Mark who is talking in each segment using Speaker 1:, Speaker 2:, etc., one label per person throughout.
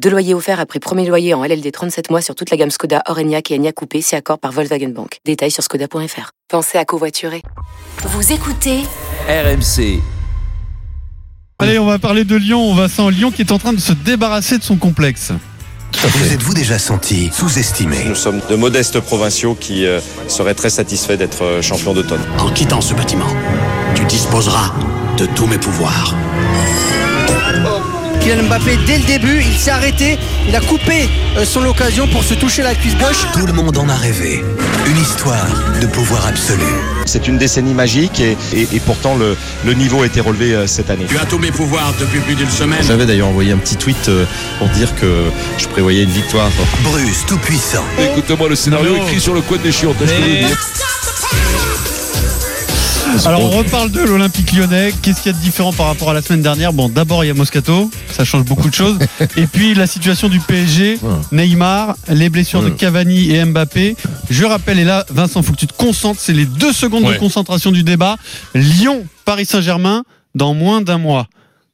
Speaker 1: Deux loyers offerts après premier loyer en LLD 37 mois sur toute la gamme Skoda, Orenia et Enya Coupé, si accord par Volkswagen Bank. Détails sur skoda.fr. Pensez à covoiturer.
Speaker 2: Vous écoutez
Speaker 3: RMC.
Speaker 4: Allez, on va parler de Lyon. On va sans Lyon qui est en train de se débarrasser de son complexe.
Speaker 5: Vous êtes-vous déjà senti sous-estimé
Speaker 6: Nous sommes de modestes provinciaux qui euh, seraient très satisfaits d'être euh, champions d'automne.
Speaker 7: En quittant ce bâtiment, tu disposeras de tous mes pouvoirs.
Speaker 8: Kylian Mbappé, dès le début, il s'est arrêté, il a coupé euh, son occasion pour se toucher la cuisse gauche.
Speaker 5: Tout le monde en a rêvé. Une histoire de pouvoir absolu.
Speaker 6: C'est une décennie magique et, et- et pourtant le, le niveau a été relevé euh, cette année.
Speaker 7: Tu as tous mes pouvoirs depuis plus d'une semaine.
Speaker 6: J'avais d'ailleurs envoyé un petit tweet euh, pour dire que je prévoyais une victoire.
Speaker 5: Bruce tout-puissant.
Speaker 9: Écoute-moi le scénario
Speaker 4: Allô
Speaker 9: Ah écrit sur le coin des chiottes. hein, je te le dis.
Speaker 4: Alors, on reparle de l'Olympique lyonnais. Qu'est-ce qu'il y a de différent par rapport à la semaine dernière Bon, d'abord, il y a Moscato. Ça change beaucoup de choses. Et puis, la situation du PSG, Neymar, les blessures de Cavani et Mbappé. Je rappelle, et là, Vincent, faut que tu te concentres. C'est les deux secondes de
Speaker 9: Ouais.
Speaker 4: concentration du débat. Lyon, Paris Saint-Germain, dans moins d'un mois.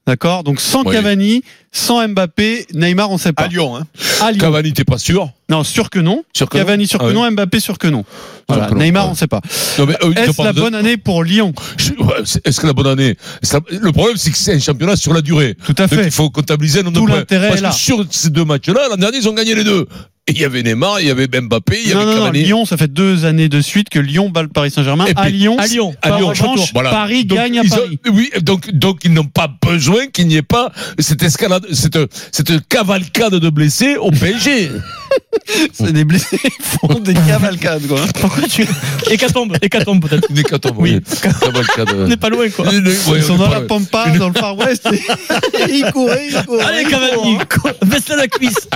Speaker 4: D'accord Donc, sans
Speaker 9: Ouais.
Speaker 4: Cavani, sans Mbappé, Neymar, on sait pas.
Speaker 9: À Lyon, hein.
Speaker 4: À Lyon.
Speaker 9: Cavani, t'es pas sûr
Speaker 4: Non, sûr que non.
Speaker 9: Sûr que non
Speaker 4: Cavani, sûr
Speaker 9: Ah
Speaker 4: que
Speaker 9: ouais.
Speaker 4: non. Mbappé, sûr que non. Voilà.
Speaker 9: que non.
Speaker 4: Neymar,
Speaker 9: Ouais.
Speaker 4: on sait pas.
Speaker 9: Non, mais, euh, ils te
Speaker 4: Est-ce
Speaker 9: parlent
Speaker 4: la
Speaker 9: de-
Speaker 4: bonne année pour Lyon
Speaker 9: Je- ouais, c'est- Est-ce que la bonne année Est-ce la- Le problème, c'est que c'est un championnat sur la durée.
Speaker 4: Tout à
Speaker 9: Donc,
Speaker 4: fait.
Speaker 9: il faut comptabiliser un nombre
Speaker 4: Tout
Speaker 9: de points.
Speaker 4: l'intérêt
Speaker 9: Parce
Speaker 4: est là.
Speaker 9: que sur ces deux matchs-là, l'an dernier, ils ont gagné les deux. Et il y avait Neymar, il y avait Mbappé, il y
Speaker 4: Non,
Speaker 9: avait
Speaker 4: non, non,
Speaker 9: Cavani.
Speaker 4: Lyon, ça fait deux années de suite que Lyon bat le Paris Saint-Germain.
Speaker 9: Et
Speaker 4: À
Speaker 9: puis-
Speaker 4: Lyon,
Speaker 9: à Lyon,
Speaker 4: par
Speaker 9: à Lyon,
Speaker 4: revanche,
Speaker 9: voilà.
Speaker 4: Paris
Speaker 9: Donc,
Speaker 4: gagne à
Speaker 9: ils ont-
Speaker 4: Paris.
Speaker 9: oui, donc, donc ils n'ont pas besoin qu'il n'y ait pas cette escalade, cette, cette cavalcade de blessés au PSG.
Speaker 4: C'est des blessés ils font des cavalcades, quoi.
Speaker 10: Pourquoi tu. Hécatombe, hécatombe peut-être.
Speaker 9: Une hécatombe,
Speaker 10: Oui.
Speaker 9: Cavalcade.
Speaker 10: On n'est pas loin quoi.
Speaker 9: Une- ouais,
Speaker 4: Ils sont
Speaker 9: on est
Speaker 4: dans
Speaker 9: pas
Speaker 4: la
Speaker 9: loin.
Speaker 4: pampa, dans le Far West. et- ils couraient, ils hein. couraient.
Speaker 10: Allez
Speaker 4: ils
Speaker 10: Cavani,
Speaker 4: couraient.
Speaker 10: baisse la cuisse,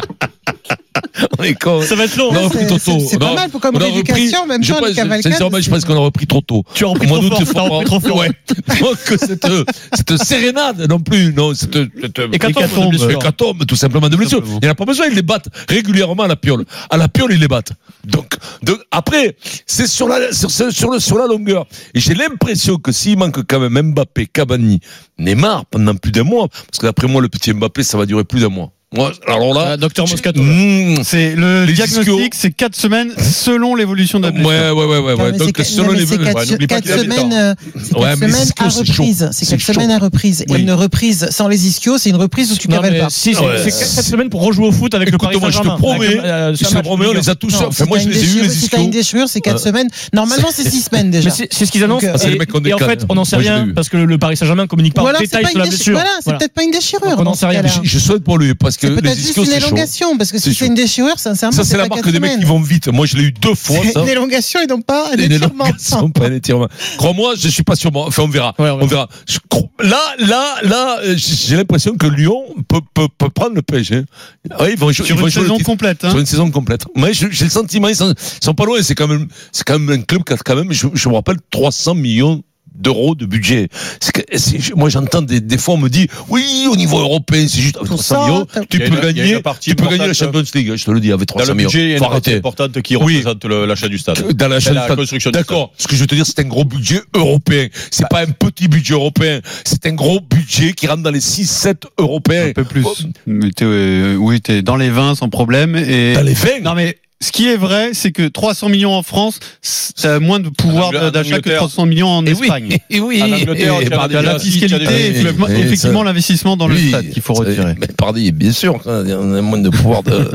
Speaker 9: On est con.
Speaker 10: ça va être long.
Speaker 9: On a repris trop tôt.
Speaker 8: c'est pas
Speaker 9: On a-
Speaker 8: mal pour comme
Speaker 9: on a
Speaker 8: rééducation, en même
Speaker 9: je
Speaker 8: temps, les
Speaker 9: pense-
Speaker 8: cavalcades,
Speaker 9: Sincèrement, je
Speaker 8: c'est-
Speaker 9: pense qu'on a repris trop tôt.
Speaker 10: Tu as repris
Speaker 9: Au mois
Speaker 10: trop
Speaker 9: d'août,
Speaker 10: fort,
Speaker 9: il faut
Speaker 10: t'as repris
Speaker 9: prendre-
Speaker 10: trop fort.
Speaker 9: Ouais. Donc cette, euh, cette sérénade non plus, non, cette, cette
Speaker 10: Hécatombe,
Speaker 9: hécatombe,
Speaker 10: de blessure.
Speaker 9: hécatombe, tout simplement de blessure.
Speaker 4: simplement.
Speaker 9: Il n'y en a pas besoin, ils les battent régulièrement à la piole. À la piole, ils les battent. Donc, donc, après, c'est sur la, sur, sur- sur le, sur la longueur. Et j'ai l'impression que s'il manque quand même Mbappé, Cavani, Neymar pendant plus d'un mois, parce que d'après moi, le petit Mbappé, ça va durer plus d'un mois. Moi, alors là,
Speaker 10: Docteur Moscato.
Speaker 9: Mmh.
Speaker 4: C'est le
Speaker 9: Ah, Les
Speaker 4: diagnostic,
Speaker 9: ischios.
Speaker 4: c'est quatre semaines selon l'évolution de la blessure.
Speaker 9: Ouais, ouais, ouais, ouais.
Speaker 8: Non,
Speaker 9: ouais.
Speaker 8: mais
Speaker 9: Donc,
Speaker 8: c'est- non,
Speaker 9: selon
Speaker 8: mais
Speaker 9: les
Speaker 8: c'est
Speaker 9: ouais,
Speaker 8: quatre-
Speaker 9: n'oublie pas
Speaker 8: quatre
Speaker 9: qu'il y a des
Speaker 8: semaines,
Speaker 9: temps.
Speaker 8: euh, c'est
Speaker 9: Ouais,
Speaker 8: quatre
Speaker 9: mais les
Speaker 8: semaines à
Speaker 9: ischios, c'est chaud.
Speaker 8: reprise. C'est
Speaker 9: C'est
Speaker 8: quatre
Speaker 9: chaud.
Speaker 8: semaines à reprise.
Speaker 9: Oui.
Speaker 8: Et une reprise sans les ischios, c'est une reprise où tu
Speaker 10: Non,
Speaker 8: cavales
Speaker 10: mais
Speaker 8: pas.
Speaker 10: si, c'est
Speaker 9: Ouais.
Speaker 10: c'est quatre- quatre semaines pour rejouer au foot avec le
Speaker 9: Écoute-moi,
Speaker 10: Paris
Speaker 9: je te
Speaker 10: Saint-Germain.
Speaker 9: promets,
Speaker 10: Avec, euh,
Speaker 9: je
Speaker 10: ça
Speaker 9: te
Speaker 10: marche
Speaker 9: promets, on
Speaker 10: bien.
Speaker 9: les a tous.
Speaker 8: Non,
Speaker 9: Enfin,
Speaker 8: si
Speaker 9: moi,
Speaker 8: t'as
Speaker 9: je
Speaker 8: une
Speaker 9: les ai
Speaker 8: déchirure,
Speaker 9: eus, les
Speaker 8: Si t'as une
Speaker 9: ischios.
Speaker 8: déchirure, c'est quatre
Speaker 9: Ouais.
Speaker 8: semaines. Normalement, c'est six semaines déjà.
Speaker 10: Mais c'est c'est ce qu'ils annoncent.
Speaker 8: Donc, euh,
Speaker 9: c'est les
Speaker 10: et-
Speaker 9: mecs qu'on
Speaker 10: et en
Speaker 9: décale.
Speaker 10: fait, on n'en sait
Speaker 9: Moi, je l'ai
Speaker 10: rien
Speaker 9: eu.
Speaker 10: parce que le le Paris Saint-Germain communique pas
Speaker 8: Ou
Speaker 10: en
Speaker 8: alors, c'est
Speaker 10: détail
Speaker 8: pas
Speaker 10: sur
Speaker 8: une
Speaker 10: la
Speaker 8: déchirure.
Speaker 10: blessure.
Speaker 8: Voilà, c'est
Speaker 10: Voilà.
Speaker 8: peut-être pas une déchirure.
Speaker 10: On n'en
Speaker 8: dans
Speaker 10: sait
Speaker 8: ce
Speaker 10: rien.
Speaker 8: cas-là.
Speaker 9: Je, je souhaite pour lui parce que
Speaker 8: C'est
Speaker 9: les
Speaker 8: peut-être juste
Speaker 9: ischios,
Speaker 8: une
Speaker 9: c'est chaud.
Speaker 8: élongation, parce que
Speaker 9: C'est
Speaker 8: si c'est
Speaker 9: chaud.
Speaker 8: une déchirure, sincèrement,
Speaker 9: Ça, c'est la
Speaker 8: pas
Speaker 9: marque
Speaker 8: quatre
Speaker 9: des mecs
Speaker 8: semaines.
Speaker 9: qui vont vite. Moi, je l'ai eu deux fois,
Speaker 8: C'est
Speaker 9: ça.
Speaker 8: Une élongation et non pas un
Speaker 9: Des
Speaker 8: étirement.
Speaker 9: élongations, pas un étirement. Crois-moi, je suis pas sûr. Bon, Enfin, on verra.
Speaker 10: Ouais, on verra.
Speaker 9: on verra. Je cro- là, là, là, euh, j'ai l'impression que Lyon peut, peut, peut prendre le PSG. Ouais, ils vont jouer,
Speaker 4: Sur
Speaker 9: ils vont
Speaker 4: une
Speaker 9: jouer le
Speaker 4: saison
Speaker 9: titre.
Speaker 4: complète. hein.
Speaker 9: sur une saison complète. Mais je- j'ai le sentiment, ils sont, ils sont pas loin. C'est quand même, c'est quand même un club qui a quand même, je, je me rappelle, 300 millions d'euros de budget. C'est que- c'est- je- moi, j'entends des, des fois, on me dit, oui, au niveau européen, c'est juste avec
Speaker 8: Tout
Speaker 9: 300
Speaker 8: ça,
Speaker 9: millions,
Speaker 8: t'as-
Speaker 9: tu
Speaker 11: Il y
Speaker 9: peux
Speaker 11: a une- il y a
Speaker 9: gagner,
Speaker 11: une partie
Speaker 9: tu peux gagner la
Speaker 11: importante,
Speaker 9: Champions League. Je te le dis, avec
Speaker 11: Dans
Speaker 9: 300
Speaker 11: le
Speaker 9: millions.
Speaker 11: budget, il y a une
Speaker 9: Faut
Speaker 11: partie
Speaker 9: arrêter.
Speaker 11: importante qui
Speaker 9: Oui.
Speaker 11: représente le- l'achat du stade.
Speaker 9: Dans la
Speaker 11: C'est
Speaker 9: chaîne
Speaker 11: la construction du
Speaker 9: D'accord. Ce que je veux te dire, c'est un gros budget européen.
Speaker 11: Bah.
Speaker 9: C'est pas un petit budget européen. C'est un gros budget qui rentre dans les 6, 7 européens.
Speaker 4: Un peu plus.
Speaker 9: Oh,
Speaker 4: Eh, Mais t'es, euh, oui, t'es dans les 20 sans problème. Et...
Speaker 9: Dans les 20.
Speaker 4: Non, mais ce qui est vrai, c'est que 300 millions en France, t'as moins de pouvoir
Speaker 11: En Angleterre.
Speaker 4: d'achat que 300 millions en
Speaker 9: Eh
Speaker 4: Espagne.
Speaker 9: oui. Eh oui.
Speaker 11: En Angleterre,
Speaker 9: Eh,
Speaker 11: tu as
Speaker 9: pardon,
Speaker 4: T'as
Speaker 11: déjà-
Speaker 4: la fiscalité,
Speaker 11: t'as déjà-
Speaker 4: et effectivement,
Speaker 9: Eh, ça-
Speaker 4: effectivement, l'investissement dans le
Speaker 9: Oui,
Speaker 4: stade qu'il faut
Speaker 9: ça-
Speaker 4: retirer.
Speaker 9: Mais pardi, bien sûr, on a moins de pouvoir de.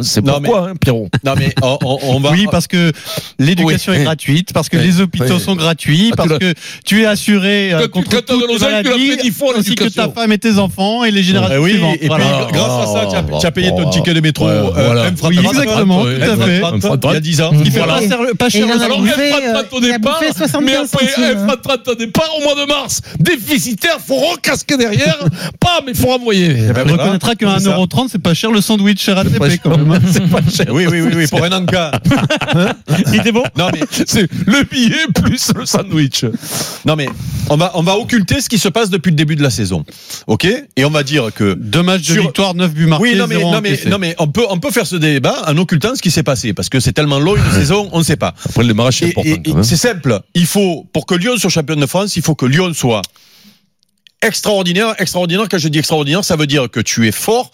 Speaker 9: C'est
Speaker 11: Non,
Speaker 9: pourquoi, hein, Pierrot.
Speaker 11: Non, mais on, on- on va.
Speaker 4: Oui, parce que l'éducation
Speaker 9: Bah, euh, Oui.
Speaker 4: est gratuite, parce que
Speaker 9: Oui.
Speaker 4: les hôpitaux
Speaker 9: Oui.
Speaker 4: sont gratuits,
Speaker 9: Ah, tu
Speaker 4: parce
Speaker 9: l'as-
Speaker 4: que tu es assuré euh, contre toute maladie, ainsi que ta femme et tes enfants et les
Speaker 11: Eh
Speaker 4: générations
Speaker 11: oui,
Speaker 4: suivantes.
Speaker 11: et puis,
Speaker 4: Voilà.
Speaker 9: Oh,
Speaker 11: grâce à ça, tu as- tu as payé ton ticket de métro.
Speaker 9: Ouais,
Speaker 11: euh,
Speaker 9: voilà.
Speaker 11: même frappe
Speaker 4: Oui,
Speaker 11: à la frappe.
Speaker 4: exactement.
Speaker 9: Ouais,
Speaker 4: Tout à fait.
Speaker 11: Il y a 10 ans.
Speaker 4: Il fait
Speaker 9: oh. Voilà.
Speaker 4: pas cher, pas
Speaker 2: Et
Speaker 4: cher
Speaker 2: il en a
Speaker 9: Alors,
Speaker 2: bouffé,
Speaker 9: F30
Speaker 2: euh,
Speaker 9: au
Speaker 2: il a
Speaker 9: départ,
Speaker 2: bouffé
Speaker 9: mais
Speaker 2: 75
Speaker 9: après,
Speaker 11: eh,
Speaker 2: centimes. hein.
Speaker 9: F30 au départ, au mois de mars, déficitaire, faut recasquer derrière, pam, il faut renvoyer.
Speaker 4: On Eh ben, reconnaîtra qu'à 1,30€, c'est pas cher le sandwich à
Speaker 9: pas
Speaker 4: RATP
Speaker 9: cher.
Speaker 4: quand même. hein.
Speaker 9: C'est pas cher.
Speaker 11: Oui, oui, oui, oui, pour un Anka.
Speaker 10: Il était bon
Speaker 11: Non, mais,
Speaker 9: C'est le billet plus le sandwich.
Speaker 11: non, mais on, va, on va occulter ce qui se passe depuis le début de la saison. OK Et on va dire que.
Speaker 4: Deux matchs de
Speaker 11: Sur-
Speaker 4: victoire, 9 buts marqués.
Speaker 11: Oui, non mais,
Speaker 4: zéro
Speaker 11: non, mais,
Speaker 4: encaissé.
Speaker 11: non, mais on, peut, on peut faire ce débat en occultant ce qui s'est passé, parce que c'est tellement long une saison, on ne sait pas.
Speaker 9: Après, le démarrage, c'est
Speaker 11: Et-
Speaker 9: important.
Speaker 11: et- et
Speaker 9: quand même.
Speaker 11: C'est simple. Il faut, pour que Lyon soit champion de France, il faut que Lyon soit extraordinaire. Extraordinaire, quand je dis extraordinaire, ça veut dire que tu es fort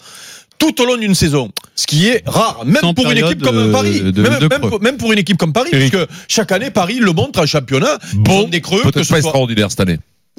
Speaker 11: tout au long d'une saison. Ce qui est rare, même
Speaker 4: Sans
Speaker 11: pour une
Speaker 4: période
Speaker 11: équipe comme
Speaker 9: euh,
Speaker 4: de-
Speaker 11: Paris.
Speaker 4: de-
Speaker 11: même,
Speaker 4: de
Speaker 11: même
Speaker 4: creux.
Speaker 11: pour, même pour une équipe comme Paris,
Speaker 9: Eric.
Speaker 11: parce que chaque année, Paris le montre en championnat. Bon, des creux, que
Speaker 9: Peut-être
Speaker 11: ce
Speaker 9: pas
Speaker 11: soit-
Speaker 9: extraordinaire cette année.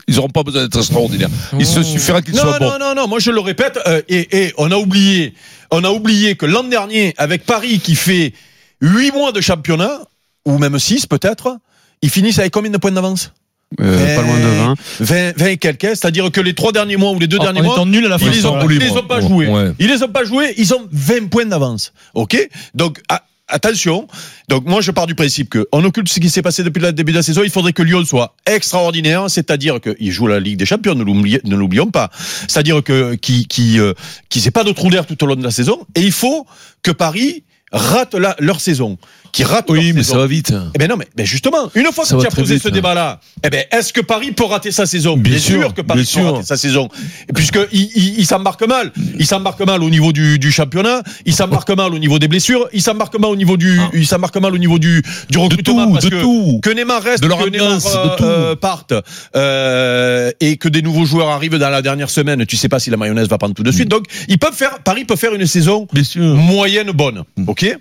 Speaker 9: Ils n'auront pas besoin d'être extraordinaires. Il se suffira qu'ils
Speaker 11: Non,
Speaker 9: soient bons.
Speaker 11: non, non, non, moi je le répète, euh, et, et on a oublié, on a oublié que l'an dernier, avec Paris qui fait 8 mois de championnat, ou même 6 peut-être, ils finissent avec combien de points d'avance
Speaker 4: Euh, Pas loin de 20.
Speaker 11: 20, 20 et quelques, c'est-à-dire que les 3 derniers mois ou les
Speaker 9: Ah,
Speaker 11: 2 derniers
Speaker 10: Ah, En
Speaker 11: mois,
Speaker 10: étant nul à la fin.
Speaker 11: ils les ont,
Speaker 9: pas
Speaker 11: ils
Speaker 9: joués,
Speaker 11: les
Speaker 9: moi.
Speaker 11: ont pas
Speaker 9: Ouais.
Speaker 11: joués.
Speaker 10: Oh,
Speaker 9: Ouais.
Speaker 11: Ils les ont pas joués, ils ont 20 points d'avance. OK Donc a- attention. Donc moi je pars du principe que on occulte ce qui s'est passé depuis le début de la saison, il faudrait que Lyon soit extraordinaire, c'est-à-dire qu'ils jouent la Ligue des Champions, ne l'oublie- ne l'oublions pas. C'est-à-dire que qui qui euh, qu'ils aient pas de trou d'air tout au long de la saison et il faut que Paris rate la- leur saison, qui rate
Speaker 9: Oui,
Speaker 11: leur
Speaker 9: mais
Speaker 11: saison.
Speaker 9: ça va vite.
Speaker 10: hein.
Speaker 11: Eh ben non, mais, mais justement, une fois
Speaker 9: Ça
Speaker 11: que
Speaker 9: va
Speaker 11: tu as
Speaker 9: très
Speaker 11: posé
Speaker 9: vite,
Speaker 11: ce
Speaker 9: hein.
Speaker 11: débat-là, eh ben, est-ce que Paris peut rater sa saison
Speaker 9: Bien sûr,
Speaker 11: que Paris
Speaker 9: bien
Speaker 11: peut
Speaker 9: sûr.
Speaker 11: rater sa saison, puisque il, il, il s'embarque mal. Il s'embarque mal au niveau du, du championnat, il s'embarque mal au niveau des blessures, il s'embarque mal au niveau du, il s'embarque mal au niveau du, du
Speaker 9: Ah. De
Speaker 11: recrutement.
Speaker 9: tout,
Speaker 11: parce
Speaker 9: de
Speaker 11: que,
Speaker 9: tout.
Speaker 11: que Neymar reste,
Speaker 9: De leur
Speaker 11: que Neymar
Speaker 9: ambiance,
Speaker 11: euh,
Speaker 9: de tout.
Speaker 11: euh, parte, euh, et que des nouveaux joueurs arrivent dans la dernière semaine. Tu sais pas si la mayonnaise va prendre tout de
Speaker 9: Mm.
Speaker 11: suite. Donc, ils peuvent faire, Paris peut faire une saison
Speaker 9: Bien sûr.
Speaker 11: moyenne bonne. OK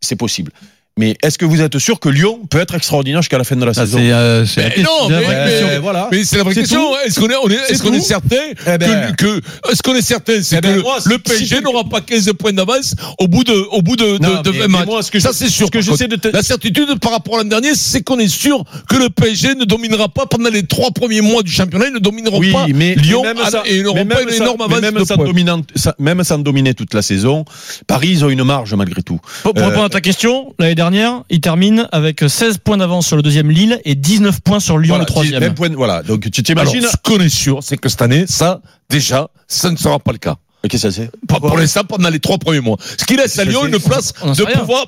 Speaker 11: C'est possible. Mais est-ce que vous êtes sûr que Lyon peut être extraordinaire jusqu'à la fin de la
Speaker 4: Ah,
Speaker 11: saison
Speaker 4: c'est, euh, c'est la
Speaker 9: Ben
Speaker 4: question.
Speaker 9: non,
Speaker 4: C'est la
Speaker 9: mais-
Speaker 4: vraie
Speaker 9: mais-
Speaker 4: question.
Speaker 9: euh,
Speaker 11: voilà.
Speaker 9: Mais c'est la vraie
Speaker 11: Ah, C'est
Speaker 9: question.
Speaker 11: tout.
Speaker 9: Est-ce qu'on est, on est,
Speaker 11: C'est
Speaker 9: est-ce qu'on est
Speaker 11: tout.
Speaker 9: certain
Speaker 11: Eh ben.
Speaker 9: que, que- est-ce qu'on est certain, c'est
Speaker 11: Eh ben,
Speaker 9: que
Speaker 11: moi,
Speaker 9: le
Speaker 11: si-
Speaker 9: PSG
Speaker 11: si-
Speaker 9: n'aura pas 15 points d'avance au bout de, au bout de, de-
Speaker 11: Non,
Speaker 9: de
Speaker 11: mais-
Speaker 9: 20
Speaker 11: mais
Speaker 9: matchs.
Speaker 11: moi, ce que
Speaker 9: Ça,
Speaker 11: je-
Speaker 9: c'est sûr.
Speaker 11: ce que
Speaker 9: par
Speaker 11: j'essaie
Speaker 9: contre.
Speaker 11: de te-
Speaker 9: La certitude par rapport à l'an dernier, c'est qu'on est sûr que le PSG ne dominera pas pendant les trois premiers mois du championnat. Ils ne domineront pas Lyon
Speaker 11: mais même
Speaker 9: à-
Speaker 11: ça-
Speaker 9: et ils n'auront
Speaker 11: mais
Speaker 9: pas
Speaker 11: même
Speaker 9: une
Speaker 11: ça-
Speaker 9: énorme
Speaker 11: mais
Speaker 9: avance
Speaker 11: même
Speaker 9: de
Speaker 11: sans
Speaker 9: points.
Speaker 11: dominant- ça- même sans dominer toute la saison, Paris, ils ont une marge malgré tout.
Speaker 10: Pour, pour
Speaker 11: Euh,
Speaker 10: répondre à ta question, l'année dernière, il termine avec 16 points d'avance sur le deuxième Lille et 19 points sur Lyon
Speaker 11: Voilà,
Speaker 10: le troisième.
Speaker 11: même point- voilà. Donc tu
Speaker 9: Alors,
Speaker 11: t'imagines.
Speaker 9: ce qu'on est sûr, c'est que cette année, ça, déjà, ça ne sera pas le cas.
Speaker 11: Mais Qu'est-ce que c'est
Speaker 9: Pas pour l'instant, pendant les trois premiers mois. Ce qui laisse à Lyon une place
Speaker 10: On en sait
Speaker 9: de
Speaker 10: rien.
Speaker 9: pouvoir.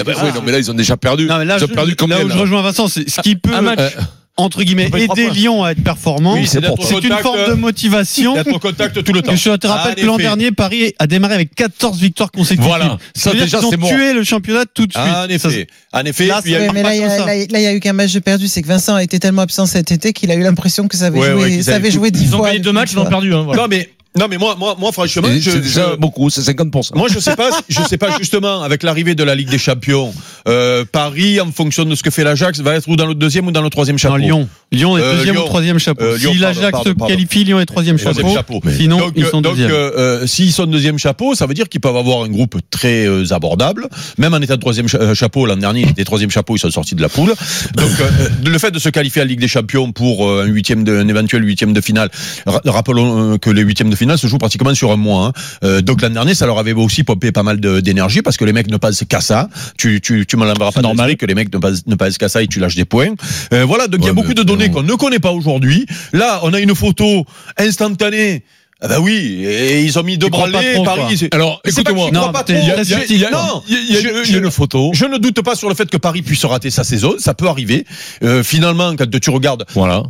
Speaker 9: Eh ben oui, non, mais là, ils ont déjà perdu.
Speaker 4: Non, mais là,
Speaker 9: ils ont
Speaker 4: je-
Speaker 9: perdu combien
Speaker 4: là où je
Speaker 9: là
Speaker 4: rejoins Vincent, c'est ce qui peut, euh,
Speaker 10: Un match.
Speaker 4: entre guillemets,
Speaker 11: peut être trois
Speaker 4: aider
Speaker 11: points.
Speaker 4: Lyon à être performant.
Speaker 11: Oui, c'est d'être au
Speaker 4: c'est une
Speaker 11: contact,
Speaker 4: forme de
Speaker 11: euh,
Speaker 4: motivation.
Speaker 11: D'être au contact tout le temps.
Speaker 4: Je te rappelle
Speaker 11: Ah,
Speaker 4: que l'an
Speaker 11: en effet.
Speaker 4: dernier, Paris a démarré avec 14 victoires consécutives.
Speaker 9: Voilà.
Speaker 4: Ce qui
Speaker 9: Ça,
Speaker 4: veut dire
Speaker 9: déjà,
Speaker 4: qu'ils ont
Speaker 9: c'est mort.
Speaker 4: tué le championnat tout de suite.
Speaker 11: Ah, en effet. En effet.
Speaker 4: Là,
Speaker 11: puis il y a
Speaker 4: c'est-
Speaker 11: eu-
Speaker 2: Ouais, mais là, il y a-
Speaker 4: ça.
Speaker 2: là, il là, il y a eu qu'un match de perdu, c'est que Vincent a été tellement absent cet été qu'il a eu l'impression que ça avait
Speaker 11: Ouais, ouais,
Speaker 2: joué,
Speaker 11: qu'ils
Speaker 2: ça
Speaker 11: avaient
Speaker 2: avait joué dix
Speaker 10: Ils ont
Speaker 2: fois.
Speaker 10: gagné deux matchs, ils ont perdu. Hein, voilà.
Speaker 11: Non mais non mais moi moi moi franchement,
Speaker 9: Et
Speaker 11: je,
Speaker 9: C'est déjà
Speaker 11: je-
Speaker 9: beaucoup, c'est 50%.
Speaker 11: Moi, je sais pas, je sais pas justement avec l'arrivée de la Ligue des Champions, euh, Paris, en fonction de ce que fait l'Ajax, va être ou dans le deuxième ou dans le troisième
Speaker 4: Dans
Speaker 11: chapeau.
Speaker 4: Lyon. Lyon est
Speaker 11: Euh,
Speaker 4: deuxième
Speaker 11: Lyon.
Speaker 4: ou troisième chapeau.
Speaker 11: Euh, Lyon,
Speaker 4: si
Speaker 11: pardon,
Speaker 4: l'Ajax
Speaker 11: pardon,
Speaker 4: se
Speaker 11: pardon.
Speaker 4: qualifie, Lyon est troisième
Speaker 11: Troisième
Speaker 4: chapeau.
Speaker 11: chapeau.
Speaker 4: Sinon,
Speaker 11: donc,
Speaker 4: ils sont
Speaker 11: euh, donc,
Speaker 4: deuxième.
Speaker 11: euh, euh, s'ils sont deuxième chapeau, ça veut dire qu'ils peuvent avoir un groupe très euh, abordable. Même en étant troisième cha- euh, chapeau l'an dernier, des troisième chapeaux, ils sont sortis de la poule. Donc, euh, le fait de se qualifier à la Ligue des Champions pour euh, un huitième, de, un éventuel huitième de finale. ra- rappelons euh, que les huitièmes de finale se jouent pratiquement sur un mois. hein. Euh, donc l'an dernier, ça leur avait aussi pompé pas mal de- d'énergie parce que les mecs ne passent qu'à ça. Tu, tu, tu me l'enverras pas normal que les mecs ne passent, ne passent qu'à ça et tu lâches des points. Euh, voilà, donc il y a
Speaker 9: Ouais,
Speaker 11: beaucoup
Speaker 9: mais
Speaker 11: de données qu'on ne connaît pas aujourd'hui. Là, on a une photo instantanée. Ah bah oui, et ils ont mis deux
Speaker 4: Ils croient pas
Speaker 11: branlés,
Speaker 4: trop, quoi.
Speaker 11: Paris. c'est-
Speaker 9: Alors,
Speaker 11: Mais c'est pas
Speaker 9: écoute-moi.
Speaker 11: qu'ils croient
Speaker 4: Non,
Speaker 11: pas
Speaker 4: t'es-
Speaker 11: trop.
Speaker 4: il y a-
Speaker 11: Je-
Speaker 4: il y a-
Speaker 11: non,
Speaker 9: Il y a- il y a-
Speaker 11: je-
Speaker 9: il y a
Speaker 11: je-
Speaker 9: une photo.
Speaker 11: je ne doute pas sur le fait que Paris puisse rater sa saison, ça peut arriver. Euh, finalement, quand tu regardes
Speaker 9: Voilà.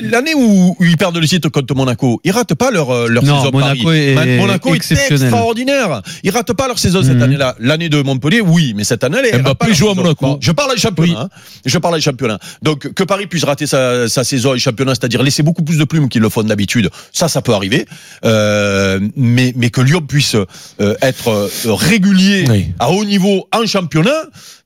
Speaker 11: l'année où ils perdent le titre contre Monaco, ils ratent pas leur euh, leur
Speaker 4: Non,
Speaker 11: saison
Speaker 4: Monaco
Speaker 11: Paris.
Speaker 4: est
Speaker 11: Man- Monaco était
Speaker 4: exceptionnel.
Speaker 11: extraordinaire. Ils ratent pas leur saison cette
Speaker 4: Mhm.
Speaker 11: année-là. L'année de Montpellier, oui, mais cette année, elle
Speaker 9: Mbappé joue à Monaco.
Speaker 11: Je parle à championnat. hein. Je parle à championnat. Donc que Paris puisse rater sa, sa saison et championnat, c'est-à-dire laisser beaucoup plus de plumes qu'ils le font d'habitude, ça, ça peut arriver. Euh, mais mais que Lyon puisse euh, être euh, régulier
Speaker 9: Oui.
Speaker 11: à haut niveau en championnat,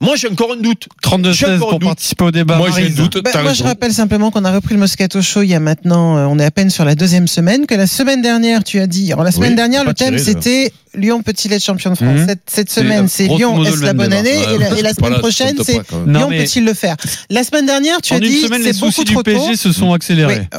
Speaker 11: moi j'ai encore un doute.
Speaker 4: 32-16
Speaker 11: encore un
Speaker 4: pour
Speaker 11: doute.
Speaker 4: participer au débat.
Speaker 9: Moi, j'ai un
Speaker 4: Maryse.
Speaker 9: doute.
Speaker 2: Bah,
Speaker 9: t'as
Speaker 2: moi, je
Speaker 9: raison.
Speaker 2: rappelle simplement qu'on a repris le Moscato Show il y a maintenant, euh, on est à peine sur la deuxième semaine, que la semaine dernière, tu as dit. Alors, la semaine
Speaker 11: Oui,
Speaker 2: dernière,
Speaker 11: faut
Speaker 2: le
Speaker 11: pas
Speaker 2: thème,
Speaker 11: tirer de-
Speaker 2: c'était Lyon peut-il être champion de France
Speaker 4: Mhm.
Speaker 2: cette, cette
Speaker 4: C'est,
Speaker 2: semaine,
Speaker 4: euh,
Speaker 2: c'est
Speaker 4: grosso
Speaker 2: Lyon,
Speaker 4: modo,
Speaker 2: est-ce
Speaker 4: le
Speaker 2: la
Speaker 4: même hein. Ah,
Speaker 2: bonne
Speaker 4: débat.
Speaker 2: année et, la, et la semaine
Speaker 9: Voilà,
Speaker 2: prochaine,
Speaker 9: compte
Speaker 2: c'est
Speaker 9: pas, quand même.
Speaker 4: Non,
Speaker 2: Lyon
Speaker 4: mais-
Speaker 2: peut-il le faire La semaine dernière, tu
Speaker 4: En
Speaker 2: as
Speaker 4: une
Speaker 2: dit
Speaker 4: semaine, les
Speaker 2: c'est beaucoup
Speaker 4: soucis du
Speaker 2: trop tôt.
Speaker 4: PSG se sont accélérés.
Speaker 2: Oui, euh,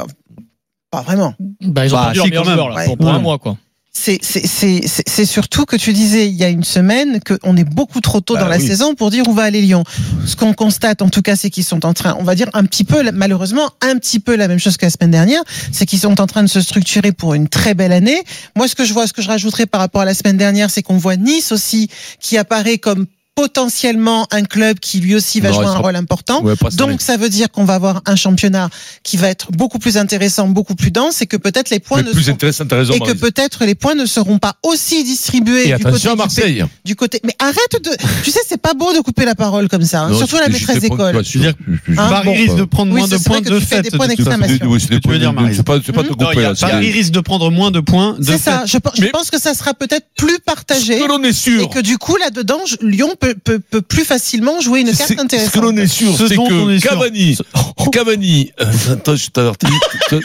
Speaker 2: pas vraiment.
Speaker 10: Bah, ils ont
Speaker 4: Bah,
Speaker 10: perdu
Speaker 4: si,
Speaker 10: leur meilleur
Speaker 4: quand
Speaker 9: Bah,
Speaker 4: même.
Speaker 10: joueur là,
Speaker 2: Ouais.
Speaker 10: pour, pour
Speaker 4: Ouais.
Speaker 10: un mois quoi.
Speaker 2: c'est- c'est- c'est c'est- c'est surtout que tu disais il y a une semaine qu'on est beaucoup trop tôt
Speaker 11: Bah
Speaker 2: dans la
Speaker 11: oui.
Speaker 2: saison pour dire où va aller Lyon. Ce qu'on constate en tout cas, c'est qu'ils sont en train, on va dire un petit peu, malheureusement, un petit peu la même chose que la semaine dernière, c'est qu'ils sont en train de se structurer pour une très belle année. Moi, ce que je vois, ce que je rajouterais par rapport à la semaine dernière, c'est qu'on voit Nice aussi qui apparaît comme potentiellement un club qui lui aussi va
Speaker 9: Non,
Speaker 2: jouer
Speaker 9: il
Speaker 2: un
Speaker 9: sera-
Speaker 2: rôle important.
Speaker 9: Ouais, pas cette année.
Speaker 2: Donc ça veut dire qu'on va avoir un championnat qui va être beaucoup plus intéressant, beaucoup plus dense et que peut-être les points
Speaker 9: Mais
Speaker 2: ne
Speaker 9: plus
Speaker 2: seront
Speaker 9: intéressant, t'as raison,
Speaker 2: et que
Speaker 9: Marie.
Speaker 2: peut-être les points ne seront pas aussi distribués
Speaker 9: Et
Speaker 2: du, côté
Speaker 9: attention à
Speaker 2: du
Speaker 9: Marseille.
Speaker 2: pa- du côté mais arrête de tu sais c'est pas beau de couper la parole comme ça hein,
Speaker 9: Non,
Speaker 2: surtout à la
Speaker 9: c'était
Speaker 2: maîtresse
Speaker 9: juste des points de
Speaker 2: d'école
Speaker 9: classe. Je veux dire, je- je-
Speaker 2: Hein,
Speaker 4: Paris
Speaker 2: bon.
Speaker 4: risque de prendre
Speaker 2: Oui,
Speaker 4: moins
Speaker 2: c'est
Speaker 4: de
Speaker 2: vrai
Speaker 4: points
Speaker 2: que
Speaker 4: de
Speaker 2: tu fais
Speaker 4: fait.
Speaker 2: des points
Speaker 4: de toute façon.
Speaker 2: d'exclamation.
Speaker 9: Oui, c'est des
Speaker 4: Tu veux
Speaker 9: points
Speaker 4: dire,
Speaker 9: de-
Speaker 4: Marie
Speaker 9: c'est pas- c'est pas te
Speaker 11: Non, il
Speaker 9: couper
Speaker 11: y a-
Speaker 9: là.
Speaker 11: il y a-
Speaker 4: Paris risque de prendre moins de points de
Speaker 2: c'est
Speaker 4: fait.
Speaker 2: ça je, pense- je
Speaker 9: Mais-
Speaker 2: pense que ça sera peut-être plus partagé
Speaker 9: Ce que l'on est
Speaker 2: et
Speaker 9: sûr,
Speaker 2: que du coup là dedans Lyon peut, peut, peut plus facilement jouer une
Speaker 9: c'est-
Speaker 2: carte
Speaker 9: ce que
Speaker 2: intéressante
Speaker 9: l'on est sûr,
Speaker 4: Ce
Speaker 9: c'est
Speaker 4: dont on est
Speaker 9: que
Speaker 4: sûr.
Speaker 9: Cavani, Cavani, euh, attends, je t'avertis,
Speaker 2: Mais
Speaker 9: comment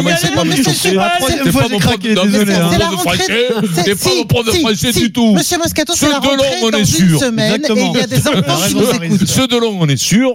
Speaker 9: il
Speaker 2: allez,
Speaker 9: s'est
Speaker 2: non,
Speaker 9: pas
Speaker 2: mais
Speaker 9: mis
Speaker 2: c'est
Speaker 9: sur
Speaker 2: super,
Speaker 9: pied.
Speaker 2: c'est-
Speaker 9: T'es
Speaker 4: fois,
Speaker 9: pas
Speaker 4: j'ai
Speaker 9: mon prof
Speaker 4: craqué,
Speaker 9: de-
Speaker 4: désolé,
Speaker 9: t'es
Speaker 4: hein.
Speaker 9: pas
Speaker 2: C'est la
Speaker 9: mon prof de
Speaker 2: rentrée-
Speaker 9: français,
Speaker 2: C'est-
Speaker 9: t'es pas
Speaker 2: si,
Speaker 9: mon prof de
Speaker 2: si,
Speaker 9: français
Speaker 2: si.
Speaker 9: du tout.
Speaker 2: Monsieur Moscato,
Speaker 9: Ce
Speaker 2: c'est la
Speaker 9: de
Speaker 2: rentrée
Speaker 9: l'homme, on
Speaker 2: dans
Speaker 9: est
Speaker 2: une
Speaker 9: sûr. Ah,
Speaker 2: semaine
Speaker 4: Exactement.
Speaker 2: et il y a des enfants qui nous
Speaker 4: Raison,
Speaker 2: écoutent.
Speaker 9: Ceux de l'on, on est sûr,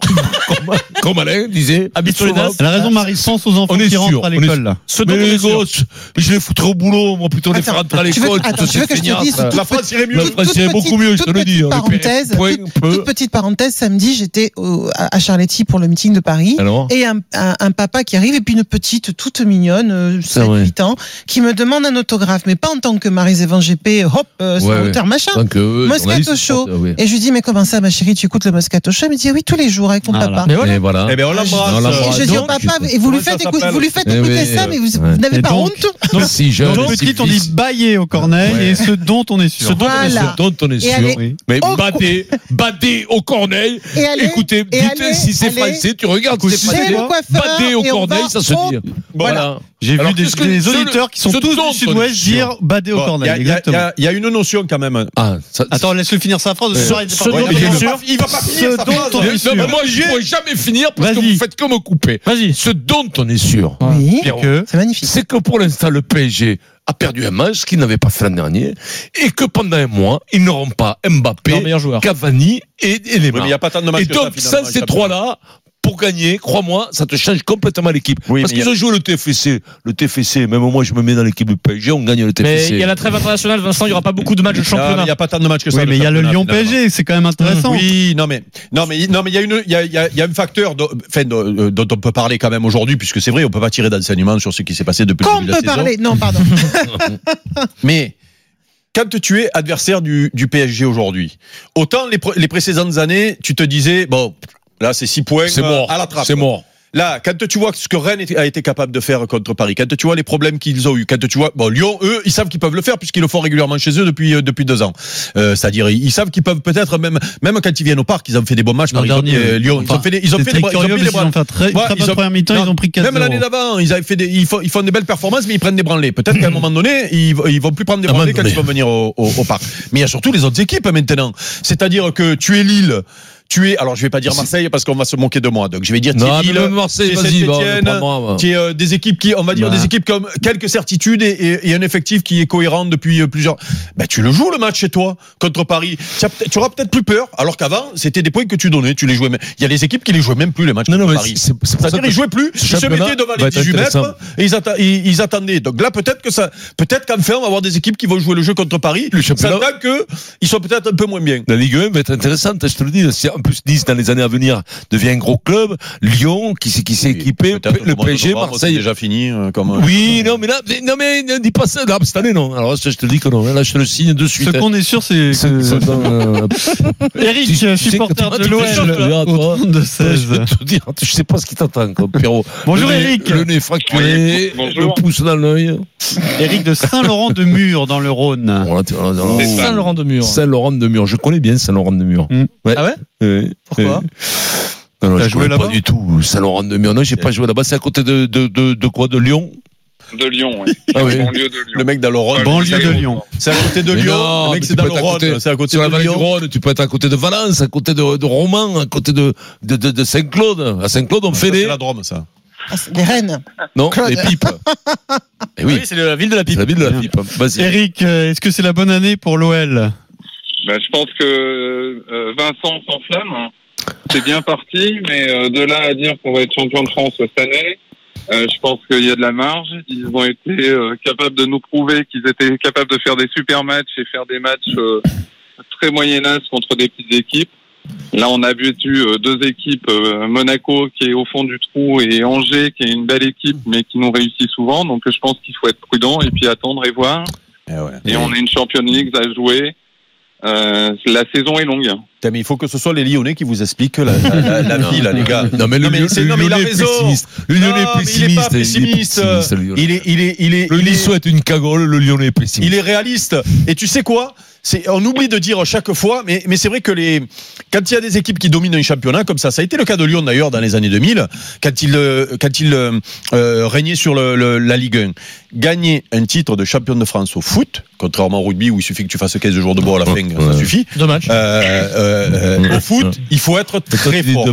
Speaker 9: comme- comme Alain disait,
Speaker 10: Habite sur les
Speaker 9: souvent,
Speaker 10: nasses.
Speaker 4: Elle a raison, Marie, sens aux enfants
Speaker 9: On est
Speaker 4: qui rentrent
Speaker 9: sûr,
Speaker 4: à
Speaker 9: on est
Speaker 4: l'école,
Speaker 9: sûr.
Speaker 4: là.
Speaker 10: Ce dont
Speaker 9: mais
Speaker 10: on
Speaker 9: les
Speaker 10: est sûr.
Speaker 9: gosses, mais je les foutrais au boulot, moi, plutôt les
Speaker 2: Attends,
Speaker 9: faire rentrer à
Speaker 2: tu veux-
Speaker 9: l'école.
Speaker 2: attends,
Speaker 9: tous
Speaker 2: tu veux
Speaker 9: ces
Speaker 2: que je te
Speaker 9: feignasses.
Speaker 2: dise tout-
Speaker 9: La France irait mieux.
Speaker 2: Toute-
Speaker 9: La France irait
Speaker 2: toute
Speaker 9: Ah, beaucoup
Speaker 2: petite-
Speaker 9: mieux, je te
Speaker 2: toute
Speaker 9: le
Speaker 2: petite
Speaker 9: dis. hein.
Speaker 2: parenthèse,
Speaker 9: Point,
Speaker 2: toute-
Speaker 9: peu.
Speaker 2: Toute petite parenthèse, samedi, j'étais au- à à Charletti pour le meeting de Paris.
Speaker 9: Alors
Speaker 2: Et un, un- un papa qui arrive, et puis une petite toute mignonne,
Speaker 9: Ah ouais.
Speaker 2: 7-8 ans, qui me demande un autographe, mais pas en tant que Marie-Zévan GP, hop, euh, c'est
Speaker 9: Ouais,
Speaker 2: un
Speaker 9: ouais.
Speaker 2: auteur, machin.
Speaker 9: Donc, euh,
Speaker 2: Moscato
Speaker 9: journaliste,
Speaker 2: Show.
Speaker 9: euh, oui.
Speaker 2: Et je lui dis, mais comment ça, ma chérie, tu écoutes le Moscato Show Elle me dit, oui, tous les jours avec mon
Speaker 4: Voilà.
Speaker 2: papa.
Speaker 10: Mais voilà.
Speaker 9: Et voilà.
Speaker 11: Eh ben on
Speaker 9: On
Speaker 11: l'embrasse.
Speaker 9: l'embrasse.
Speaker 2: Et je dis, au
Speaker 10: donc,
Speaker 2: papa, et vous lui
Speaker 11: comment ça
Speaker 2: faites, écou-
Speaker 11: s'appelle
Speaker 2: vous lui faites
Speaker 9: Eh
Speaker 2: écouter
Speaker 9: oui,
Speaker 2: ça,
Speaker 9: euh,
Speaker 2: mais vous,
Speaker 9: ouais.
Speaker 2: vous n'avez
Speaker 4: Et
Speaker 2: pas
Speaker 4: donc,
Speaker 2: honte
Speaker 4: Donc,
Speaker 9: si jeune,
Speaker 4: donc,
Speaker 9: si
Speaker 4: petite, on dit
Speaker 9: vif.
Speaker 4: bailler au corneille
Speaker 9: Ouais.
Speaker 4: et ce dont on est sûr.
Speaker 10: Ce dont on est
Speaker 2: Voilà.
Speaker 10: sûr.
Speaker 2: là.
Speaker 9: dont on est
Speaker 2: Et allez-
Speaker 9: sûr.
Speaker 4: Oui.
Speaker 9: Mais
Speaker 2: Oh,
Speaker 9: battez, battez au corneille.
Speaker 2: Et allez-
Speaker 9: Écoutez,
Speaker 2: et
Speaker 9: dites
Speaker 2: allez-
Speaker 9: si c'est
Speaker 2: allez-
Speaker 9: français, tu regardes si c'est
Speaker 2: chez
Speaker 9: français.
Speaker 2: le coiffeur
Speaker 9: Battez au
Speaker 2: et on
Speaker 9: corneille,
Speaker 2: va
Speaker 9: ça se
Speaker 2: au-
Speaker 9: dit.
Speaker 2: Voilà.
Speaker 9: Voilà.
Speaker 4: J'ai vu
Speaker 9: Alors,
Speaker 4: des,
Speaker 9: qu'est-ce que-
Speaker 4: des
Speaker 9: ce-
Speaker 4: auditeurs qui sont
Speaker 9: ce
Speaker 4: tous
Speaker 9: dont on
Speaker 4: du
Speaker 9: est
Speaker 4: sud-ouest
Speaker 9: sûr.
Speaker 4: dire bader au
Speaker 11: Bon, Il y,
Speaker 4: corneil.
Speaker 11: a- il y a- il y
Speaker 4: Exactement.
Speaker 11: a- il y a une notion quand même.
Speaker 9: Ah, ça,
Speaker 4: Attends, laisse-le finir sa phrase.
Speaker 9: Euh,
Speaker 4: soir, il est
Speaker 10: ce
Speaker 4: pas-
Speaker 10: dont
Speaker 4: Ouais,
Speaker 10: on est
Speaker 4: il est
Speaker 10: sûr.
Speaker 4: pas-
Speaker 11: Il va pas
Speaker 4: Ce
Speaker 11: finir sa
Speaker 4: dont on
Speaker 11: phrase.
Speaker 4: est
Speaker 9: Non, mais
Speaker 4: sûr.
Speaker 9: moi, je pourrais jamais finir parce que
Speaker 10: Vas-y.
Speaker 9: vous faites que me couper.
Speaker 10: Vas-y.
Speaker 9: Ce dont on est sûr,
Speaker 2: Oui,
Speaker 9: Pierrot,
Speaker 4: Que-
Speaker 2: c'est magnifique.
Speaker 9: c'est que pour l'instant, le PSG a perdu un match qu'il n'avait pas fait l'an dernier et que pendant un mois, ils n'auront pas
Speaker 10: Leur
Speaker 9: Mbappé,
Speaker 10: meilleur joueur.
Speaker 9: Cavani et, et
Speaker 11: Oui, mais
Speaker 9: Neymar.
Speaker 11: il n'y a pas tant de matchs
Speaker 9: et
Speaker 11: que ça,
Speaker 9: donc,
Speaker 11: finalement,
Speaker 9: sans
Speaker 11: il
Speaker 9: ces
Speaker 11: tape.
Speaker 9: trois-là, pour gagner, crois-moi, ça te change complètement l'équipe.
Speaker 11: Oui,
Speaker 9: Parce
Speaker 11: mais il y
Speaker 9: qu'ils
Speaker 11: a-
Speaker 9: ont joué le TFC. Le TFC, même moi, je me mets dans l'équipe du PSG, on gagne le
Speaker 10: Mais il
Speaker 9: TFC.
Speaker 10: y a la trêve internationale, Vincent, il n'y aura pas beaucoup de matchs de
Speaker 11: Non, mais
Speaker 10: championnat.
Speaker 11: Il n'y a pas tant de matchs que ça.
Speaker 4: Oui, mais il y a le
Speaker 11: championnat,
Speaker 4: Lyon
Speaker 11: finalement.
Speaker 4: PSG, c'est quand même intéressant.
Speaker 11: Oui, non mais non mais non mais il y a une il y a, il y a- il y a un facteur dont, enfin, dont- euh, dont on peut parler quand même aujourd'hui puisque c'est vrai on peut pas tirer d'enseignement sur ce qui s'est passé depuis
Speaker 2: Qu'on
Speaker 11: le début de la
Speaker 2: peut
Speaker 11: saison.
Speaker 2: parler Non, pardon.
Speaker 11: Mais quand tu es adversaire du, du PSG aujourd'hui, autant les, pré- les précédentes années tu te disais bon là c'est 6 points
Speaker 9: C'est
Speaker 11: euh,
Speaker 9: mort.
Speaker 11: à la trappe.
Speaker 9: C'est mort.
Speaker 11: Là, quand tu vois ce que Rennes a été capable de faire contre Paris, quand tu vois les problèmes qu'ils ont eu, quand tu vois bon Lyon, eux, ils savent qu'ils peuvent le faire puisqu'ils le font régulièrement chez eux depuis euh, depuis deux ans. Euh, C'est-à-dire, ils ils savent qu'ils peuvent peut-être même même quand ils viennent au parc, ils ont fait des bons matchs.
Speaker 4: L'an
Speaker 11: Par exemple,
Speaker 4: dernier,
Speaker 11: euh, Lyon, ils ont
Speaker 4: enfin,
Speaker 11: fait des, ils ont
Speaker 4: C'est
Speaker 11: fait des,
Speaker 4: très
Speaker 11: bra-
Speaker 4: curieux,
Speaker 11: ils
Speaker 4: parce
Speaker 11: ont pris des
Speaker 4: qu'ils
Speaker 11: bras-
Speaker 4: ont fait un très
Speaker 11: Ouais,
Speaker 4: très
Speaker 11: ils
Speaker 4: bonne
Speaker 11: ont-
Speaker 4: première mi-temps,
Speaker 11: non,
Speaker 4: ils ont pris 4
Speaker 11: Même l'année d'avant, ils avaient fait des, ils font, ils font des belles performances, mais ils prennent des branlées. Peut-être qu'à un moment donné, ils, vont- ils vont plus prendre des
Speaker 9: À un
Speaker 11: branlées
Speaker 9: moment
Speaker 11: quand
Speaker 9: donné.
Speaker 11: ils vont venir au, au- au parc. Mais il y a surtout les autres équipes hein, maintenant. C'est-à-dire que tu es Lille, tu es, alors je vais pas dire Marseille parce qu'on va se moquer de moi, donc je vais dire tu es
Speaker 9: Non, mais
Speaker 11: Lille,
Speaker 9: même Marseille,
Speaker 11: tu es
Speaker 9: vas-y, va,
Speaker 11: Saint-Étienne,
Speaker 9: prends-moi, va.
Speaker 11: tu es, euh, des équipes qui, on va dire,
Speaker 9: Bah.
Speaker 11: des équipes comme quelques certitudes et, et- et un effectif qui est cohérent depuis euh, plusieurs. Bah, tu le joues le match chez toi contre Paris. Tu, as peut- tu auras peut-être plus peur, alors qu'avant c'était des points que tu donnais, tu les jouais. même- Il y a des équipes qui les jouaient même plus les matchs
Speaker 9: Non, non,
Speaker 11: contre
Speaker 9: mais
Speaker 11: Paris.
Speaker 9: c'est c'est pour ça
Speaker 11: C'est-à-dire
Speaker 9: que
Speaker 11: ils jouaient plus,
Speaker 9: ce
Speaker 11: ils se
Speaker 9: championnat
Speaker 11: mettaient devant
Speaker 9: va
Speaker 11: les
Speaker 9: être
Speaker 11: 18
Speaker 9: intéressant.
Speaker 11: mètres et ils, atta- ils- ils attendaient. Donc là peut-être que ça peut-être qu'enfin on va avoir des équipes qui vont jouer le jeu contre Paris.
Speaker 9: Le championnat-
Speaker 11: S'attend que ils sont peut-être un peu moins bien.
Speaker 9: La Ligue 1 va être intéressante, je te le dis. Si en plus Nice, dans les années à venir, devient un gros club, Lyon, qui, s'est- qui s'est équipé, le PSG, Marseille.
Speaker 11: déjà fini euh,
Speaker 9: Oui, non, mais là, mais- non, mais ne dis pas ça. Là, cette année, non. Alors, ça, je te dis que non. Là, je te le signe de
Speaker 4: Ce
Speaker 9: suite.
Speaker 4: qu'on est sûr, c'est
Speaker 9: C'est-
Speaker 4: que
Speaker 9: c'est dans, euh, Tu- tu sais
Speaker 4: Eric,
Speaker 9: que
Speaker 4: supporter
Speaker 9: toi,
Speaker 4: de
Speaker 9: tu fais ça,
Speaker 4: l'OL,
Speaker 9: toi.
Speaker 4: au 32
Speaker 9: Je
Speaker 4: 16.
Speaker 9: vais te dire, je sais pas ce qui t'attend, quoi, Pierrot.
Speaker 4: Bonjour,
Speaker 9: Le nez-
Speaker 4: Eric.
Speaker 9: Le nez fracturé, le pouce dans l'œil.
Speaker 4: Eric de Saint-Laurent-de-Mur dans le Rhône.
Speaker 9: Bon, là, tu- là, là, là,
Speaker 10: Saint-Laurent de Mur.
Speaker 9: Saint-Laurent de Mur. Je connais bien Saint-Laurent de Mur. Euh,
Speaker 4: Hmm. Ah ouais Pourquoi
Speaker 9: non, non,
Speaker 4: T'as
Speaker 9: je
Speaker 4: joué
Speaker 9: joué pas
Speaker 4: là-bas
Speaker 9: du tout Saint-Laurent de Mur. Non, j'ai pas joué là-bas. C'est à côté de, de, de, de quoi De Lyon
Speaker 3: De Lyon, oui.
Speaker 9: Ah oui.
Speaker 3: Banlieue de Lyon.
Speaker 11: Le mec dans le Rhône,
Speaker 4: Banlieue de Lyon.
Speaker 11: c'est à côté de
Speaker 9: Mais
Speaker 11: Lyon.
Speaker 9: non,
Speaker 11: le mec
Speaker 9: mais
Speaker 11: c'est
Speaker 9: tu
Speaker 11: dans
Speaker 9: peux
Speaker 11: le
Speaker 9: être à
Speaker 11: Rhône,
Speaker 9: côté-
Speaker 11: c'est à côté
Speaker 9: Sur la
Speaker 11: de
Speaker 9: vallée du
Speaker 11: Lyon.
Speaker 9: Rhône, tu peux être à côté de Valence, à côté de, de Romans, à côté de, de, de, de Saint-Claude. À Saint-Claude, on
Speaker 11: Ça,
Speaker 9: fait
Speaker 11: c'est
Speaker 9: les.
Speaker 11: la Drôme ça.
Speaker 2: Ah, c'est Des reines.
Speaker 9: Non,
Speaker 2: Claude.
Speaker 9: les pipes. Eh oui,
Speaker 11: c'est la ville de la
Speaker 9: c'est la ville de la pipe. Vas-y.
Speaker 4: Eric, euh, est-ce que c'est la bonne année pour l'OL
Speaker 3: Ben, je pense que euh, Vincent s'enflamme. hein. C'est bien parti, mais euh, de là à dire qu'on va être champion de France euh, cette année, Euh, je pense qu'il y a de la marge. Ils ont été euh, capables de nous prouver qu'ils étaient capables de faire des super matchs et faire des matchs euh, très moyenâges contre des petites équipes. Là, on a vu euh, deux équipes, euh, Monaco qui est au fond du trou et Angers qui est une belle équipe mais qui nous réussit souvent. Donc, je pense qu'il faut être prudent et puis attendre et voir. Et on a une Champions League à jouer. Euh, la saison est longue.
Speaker 11: Putain, mais il faut que ce soit les Lyonnais qui vous expliquent la, la, la, la vie, là, les gars.
Speaker 9: Non, mais le Lyon-
Speaker 11: c'est-
Speaker 9: le
Speaker 11: non, mais il a
Speaker 9: Lyonnais est
Speaker 11: raison.
Speaker 9: pessimiste. Le
Speaker 11: Non,
Speaker 9: Lyonnais est
Speaker 11: mais il est pas
Speaker 9: pessimiste, il est
Speaker 11: pessimiste.
Speaker 9: pessimiste, le Lyonnais.
Speaker 11: Il est, il est, il est,
Speaker 9: Le
Speaker 11: il est-
Speaker 9: Niçois est une cagole, le Lyonnais est pessimiste.
Speaker 11: il est réaliste. Et tu sais quoi c'est, on oublie de dire chaque fois, mais, mais c'est vrai que les, quand il y a des équipes qui dominent un championnat comme ça, ça a été le cas de Lyon d'ailleurs dans les années 2000, quand il, euh, quand il euh, euh, régnait sur le- le- la Ligue 1, gagner un titre de champion de France au foot, contrairement au rugby où il suffit que tu fasses 15 jours de bois à la fin, ça suffit.
Speaker 10: Dommage.
Speaker 11: Euh, euh, au foot, il faut être très fort.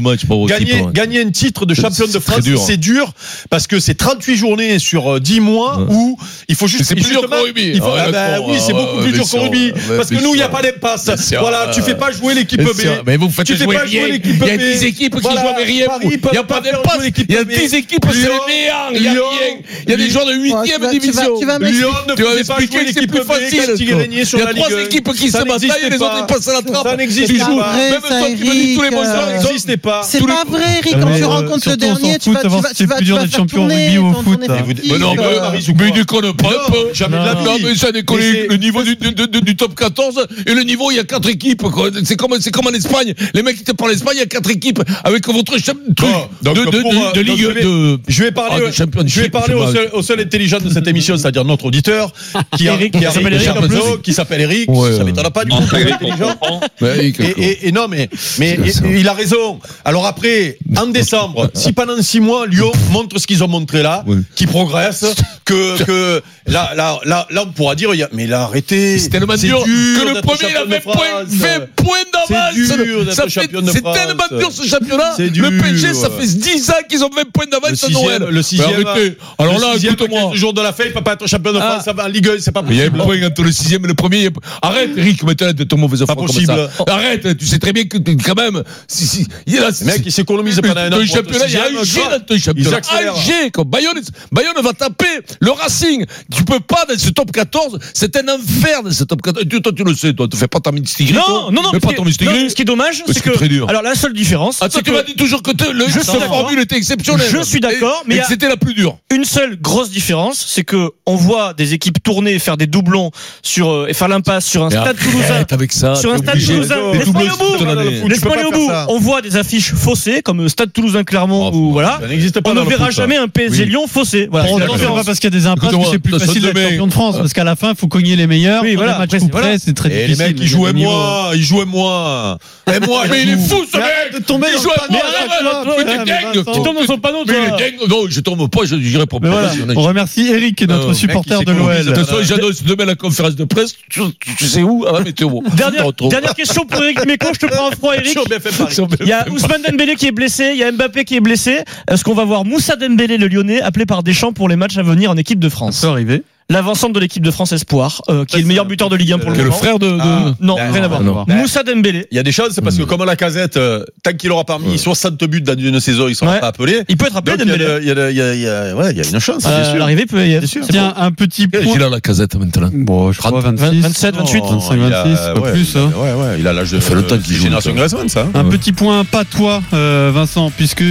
Speaker 11: Gagner, gagner un titre de
Speaker 9: C'est-
Speaker 11: champion
Speaker 9: c'est
Speaker 11: de
Speaker 9: très
Speaker 11: France,
Speaker 9: dur.
Speaker 11: c'est dur parce que c'est 38 journées sur euh, 10 mois où il faut juste.
Speaker 9: C'est plus dur
Speaker 11: justement,
Speaker 9: qu'au rugby.
Speaker 11: il faut-
Speaker 9: Ah ouais,
Speaker 11: ah ben
Speaker 9: d'accord,
Speaker 11: oui, c'est
Speaker 9: ah
Speaker 11: beaucoup
Speaker 9: ouais, bien
Speaker 11: plus dur qu'au
Speaker 9: sûr,
Speaker 11: rugby
Speaker 9: ouais,
Speaker 11: parce que
Speaker 9: bien
Speaker 11: nous, il n'y a
Speaker 9: sûr.
Speaker 11: pas les passes.
Speaker 9: Bien sûr,
Speaker 11: Voilà, tu
Speaker 9: ouais,
Speaker 11: fais pas
Speaker 9: ouais.
Speaker 11: jouer l'équipe
Speaker 9: Bien
Speaker 11: B.
Speaker 9: sûr, mais vous faites
Speaker 11: tu fais
Speaker 9: jouer
Speaker 11: pas jouer
Speaker 9: Rien.
Speaker 11: l'équipe B.
Speaker 9: Il y a 10 équipes qui
Speaker 11: Voilà,
Speaker 9: jouent à rien.
Speaker 11: Paris,
Speaker 9: Il y a
Speaker 11: peuvent
Speaker 9: pas de
Speaker 11: faire
Speaker 9: passes.
Speaker 11: jouer l'équipe
Speaker 9: Il y a
Speaker 11: B.
Speaker 9: 10 équipes, c'est
Speaker 11: Lyon,
Speaker 9: le néant. Il y a
Speaker 11: Lyon,
Speaker 9: rien. Il y a des
Speaker 11: Lyon,
Speaker 9: joueurs de 8ème
Speaker 11: tu vas-
Speaker 9: division.
Speaker 11: tu vas m'expliquer.
Speaker 9: Lyon,
Speaker 11: ne
Speaker 9: tu vas
Speaker 11: faisait pas jouer
Speaker 9: m'expliquer que c'est
Speaker 11: l'équipe
Speaker 9: plus
Speaker 11: B quand il
Speaker 9: facile. quoi.
Speaker 11: régnait sur
Speaker 9: Il y
Speaker 11: la
Speaker 9: a trois
Speaker 11: Ligue un.
Speaker 9: équipes qui
Speaker 11: Ça
Speaker 9: se bataillent et
Speaker 11: n'existait
Speaker 9: les autres
Speaker 11: pas.
Speaker 9: ils passent à la trappe.
Speaker 11: Ça n'existe
Speaker 9: Ils
Speaker 11: pas.
Speaker 9: jouent.
Speaker 11: Vrai,
Speaker 9: Même
Speaker 2: ça,
Speaker 9: toi qui me dis tous les bons
Speaker 2: Eric, euh,
Speaker 9: soirs, ils existent.
Speaker 11: n'existait pas.
Speaker 2: C'est pas vrai, Eric, quand
Speaker 4: Mais,
Speaker 2: tu
Speaker 4: euh,
Speaker 2: rencontres le
Speaker 4: surtout, on s'en
Speaker 2: dernier, tu
Speaker 4: foot,
Speaker 2: vas, tu
Speaker 4: savoir
Speaker 2: vas,
Speaker 4: si
Speaker 2: tu
Speaker 4: c'est
Speaker 2: vas,
Speaker 4: plus
Speaker 2: tu
Speaker 4: dur
Speaker 2: vas
Speaker 4: d'être
Speaker 2: faire
Speaker 4: champion au
Speaker 2: tourner
Speaker 4: rugby ou au
Speaker 2: ton-
Speaker 4: foot,
Speaker 2: ton
Speaker 4: hein.
Speaker 2: effectif,
Speaker 9: Mais non,
Speaker 2: euh,
Speaker 9: mais,
Speaker 11: Paris ou
Speaker 9: mais
Speaker 11: quoi
Speaker 9: il déconne pas un peu.
Speaker 11: jamais de la
Speaker 9: Non,
Speaker 11: vie.
Speaker 9: mais ça déconne.
Speaker 11: Mais c'est-
Speaker 9: Le niveau du, du, du- du top 14 et le niveau, il y a quatre équipes. quoi. C'est comme, c'est comme en Espagne. Les mecs qui te parlent Espagne, il y a quatre équipes avec votre cha- truc
Speaker 11: Bon, donc
Speaker 9: de, de,
Speaker 11: pour,
Speaker 9: de-
Speaker 11: euh,
Speaker 9: de
Speaker 11: donc
Speaker 9: Ligue
Speaker 11: je vais-
Speaker 9: de.
Speaker 11: Je vais
Speaker 9: Ah,
Speaker 11: parler,
Speaker 9: de championship,
Speaker 11: je vais parler
Speaker 9: je sais
Speaker 11: au,
Speaker 9: pas.
Speaker 11: seul, au seul intelligent de cette émission, c'est-à-dire notre auditeur, qui, a-
Speaker 10: Eric,
Speaker 11: qui, a-
Speaker 10: qui s'appelle
Speaker 11: qui
Speaker 10: Eric, en
Speaker 11: s'appelle
Speaker 10: plus.
Speaker 11: Eric, qui s'appelle Eric,
Speaker 9: Ouais,
Speaker 11: ça
Speaker 9: ouais.
Speaker 11: m'étonne pas du tout, il est intelligent.
Speaker 9: Ouais,
Speaker 11: Et, et- et non, mais, mais il a raison. Alors après, en décembre, si pendant six mois, Lyon montre ce qu'ils ont montré là,
Speaker 9: Oui.
Speaker 11: qu'ils progressent, que, que là, là, là, là, on pourra dire, il y a- mais là, arrêtez.
Speaker 9: C'est tellement
Speaker 11: C'est
Speaker 9: dur, que le
Speaker 11: d'être
Speaker 9: premier il a
Speaker 11: champion de
Speaker 9: 20 points,
Speaker 11: France.
Speaker 9: 20 points d'avance.
Speaker 11: C'est dur
Speaker 9: Ça
Speaker 11: d'être
Speaker 9: fait-
Speaker 11: champion de
Speaker 9: C'est
Speaker 11: France.
Speaker 9: tellement dur ce championnat.
Speaker 11: C'est dur.
Speaker 9: Le PSG, ça fait 10 ans qu'ils ont 20 points d'avance à
Speaker 11: sixième-
Speaker 9: Noël.
Speaker 11: le sixième-
Speaker 9: Mais arrêtez. Alors
Speaker 11: Le
Speaker 9: là,
Speaker 11: sixième,
Speaker 9: écoute-moi.
Speaker 11: 15 jours de la fête, il peut pas être champion de
Speaker 9: Ah.
Speaker 11: France, ça va en Ligue 1, c'est pas
Speaker 9: Mais Il y a un
Speaker 11: possible.
Speaker 9: point entre le sixième et le premier. il y a- Arrête, Eric, maintenant, de ton mauvais enfant comme
Speaker 11: possible.
Speaker 9: ça.
Speaker 10: Oh.
Speaker 9: Arrête, tu sais très bien que, quand même, si, si, il y a la,
Speaker 11: Le mec, il s'économise
Speaker 9: Mais
Speaker 11: pendant un an.
Speaker 9: dans le
Speaker 11: pour être
Speaker 9: championnat, il y a
Speaker 11: sixième,
Speaker 9: Alger
Speaker 11: quoi.
Speaker 9: dans ton
Speaker 11: Ils
Speaker 9: championnat.
Speaker 11: accélèrent.
Speaker 9: Alger, quoi. Bayonne, Bayonne va taper le Racing. Tu peux pas, dans ce top 14, c'est un enfer dans ce top 14. Tu- Toi, tu le sais, toi, tu fais pas ta mistigri.
Speaker 10: Non, non, non,
Speaker 9: Mais
Speaker 10: parce
Speaker 9: pas
Speaker 10: que-
Speaker 9: ton
Speaker 10: non,
Speaker 9: mistigri.
Speaker 10: Ce qui est dommage,
Speaker 9: Mais
Speaker 10: c'est
Speaker 9: ce qui est Oh, très
Speaker 10: que.
Speaker 9: dur.
Speaker 10: Alors, la seule différence.
Speaker 9: Attends,
Speaker 10: c'est
Speaker 9: tu
Speaker 10: que-
Speaker 9: m'as dit toujours que te- le,
Speaker 10: Je suis
Speaker 9: cette
Speaker 10: d'accord.
Speaker 9: formule était exceptionnelle.
Speaker 10: Je suis d'accord,
Speaker 9: Et-
Speaker 10: mais il y
Speaker 9: et
Speaker 10: a-
Speaker 9: c'était la plus dure.
Speaker 10: Une seule grosse différence, c'est que on voit des équipes tourner, faire des doublons sur euh, et faire l'impasse sur un
Speaker 9: Mais
Speaker 10: stade
Speaker 9: arrête
Speaker 10: toulousain.
Speaker 9: avec ça.
Speaker 10: Sur un
Speaker 9: t'es
Speaker 10: stade
Speaker 9: obligé.
Speaker 10: toulousain,
Speaker 9: Les
Speaker 10: laisse-moi aller au
Speaker 9: doublons,
Speaker 10: bout.
Speaker 9: c'est ton année.
Speaker 11: Tu peux
Speaker 10: Laisse-moi
Speaker 11: pas
Speaker 10: aller au
Speaker 11: faire
Speaker 10: bout.
Speaker 11: ça.
Speaker 10: On voit des affiches faussées comme euh, Stade Toulousain Clermont
Speaker 9: Oh,
Speaker 10: ou voilà.
Speaker 11: Ça n'existe pas
Speaker 10: On
Speaker 11: dans
Speaker 10: ne
Speaker 11: le
Speaker 10: verra
Speaker 11: foot, ça.
Speaker 10: jamais un PSG Lyon faussé. Voilà.
Speaker 4: Pour
Speaker 10: c'est la
Speaker 4: autant, c'est
Speaker 10: différence.
Speaker 4: pas parce qu'il y a des impasses que
Speaker 9: Écoute-moi,
Speaker 4: c'est plus
Speaker 9: de toute
Speaker 4: facile d'être
Speaker 9: façon, demain-
Speaker 4: champion de France, parce qu'à la fin, il faut cogner les meilleurs.
Speaker 10: Oui, voilà,
Speaker 4: les matchs
Speaker 10: après,
Speaker 4: coup
Speaker 10: voilà.
Speaker 4: près, c'est très
Speaker 11: Et les
Speaker 4: difficile.
Speaker 11: mecs, ils
Speaker 4: mais
Speaker 11: jouent un
Speaker 4: le niveau-
Speaker 11: mois, ils jouent un mois. Un mois,
Speaker 9: Mais il est fou ce
Speaker 4: Mais
Speaker 9: mec
Speaker 4: arrête de tomber
Speaker 9: Il
Speaker 4: dans
Speaker 9: joue
Speaker 4: le
Speaker 9: à
Speaker 4: panneau,
Speaker 9: moi,
Speaker 4: arrête,
Speaker 9: là,
Speaker 4: là,
Speaker 9: là,
Speaker 4: là,
Speaker 9: tu
Speaker 4: là,
Speaker 9: dingues,
Speaker 4: Ah, Vincent.
Speaker 10: Tu tombes dans son panneau,
Speaker 9: Mais il
Speaker 10: toi.
Speaker 9: est dingue. Non, je tombe pas, je dirais pas.
Speaker 4: Mais voilà, on remercie Eric, qui est notre
Speaker 9: Euh, mec, il
Speaker 4: supporter de
Speaker 11: s'économise.
Speaker 4: l'OL.
Speaker 9: De toute façon, j'annonce demain la conférence de presse. Tu, tu- tu sais où À la météo.
Speaker 10: Dernière,
Speaker 9: On te retrouve.
Speaker 10: dernière question pour Eric Meko, je te prends en froid, Eric.
Speaker 11: Sur BFM Paris.
Speaker 9: Sur
Speaker 10: Il y a Ousmane Dembélé qui est blessé, il y a Mbappé qui est blessé. Est-ce qu'on va voir Moussa Dembélé, le Lyonnais, appelé par Deschamps pour les matchs à venir en équipe de France
Speaker 4: peut arriver.
Speaker 10: L'avancante de l'équipe de France Espoir, euh, qui
Speaker 4: Ça,
Speaker 10: est le meilleur
Speaker 4: c'est-
Speaker 10: buteur de Ligue 1 pour
Speaker 9: Qui
Speaker 10: le
Speaker 9: est le
Speaker 10: moment.
Speaker 9: frère de. de-
Speaker 11: Ah.
Speaker 10: Non,
Speaker 11: Ben,
Speaker 10: rien à voir. Hmm.
Speaker 9: non.
Speaker 10: Moussa Dembélé,
Speaker 11: Il y a des chances parce que comme à la casette, euh, tant qu'il aura parmi 60 buts dans une saison, il sera
Speaker 10: Ouais.
Speaker 11: pas appelé.
Speaker 10: il peut être appelé
Speaker 11: Donc, il y a
Speaker 10: Dembélé.
Speaker 11: de- il y a de- il y a- il y a- ouais, il y a une chance,
Speaker 10: Euh,
Speaker 11: bien sûr.
Speaker 10: L'arrivée peut y être.
Speaker 11: sûr.
Speaker 10: C'est
Speaker 4: Tiens, un petit
Speaker 9: Quel âge
Speaker 4: point.
Speaker 9: il a la casette maintenant
Speaker 4: Bon, je crois 26,
Speaker 10: 27, 28.
Speaker 4: 25,
Speaker 11: Oh, il a-
Speaker 4: 26, pas
Speaker 11: ouais,
Speaker 4: plus.
Speaker 11: il a-
Speaker 4: hein.
Speaker 11: Ouais, ouais, il a l'âge de.
Speaker 9: Ça fait longtemps qu'il joue,
Speaker 11: Génération
Speaker 9: le
Speaker 11: Griezmann, ça. hein.
Speaker 4: Un
Speaker 9: Ouais.
Speaker 4: petit point, pas toi, euh, Vincent, puisque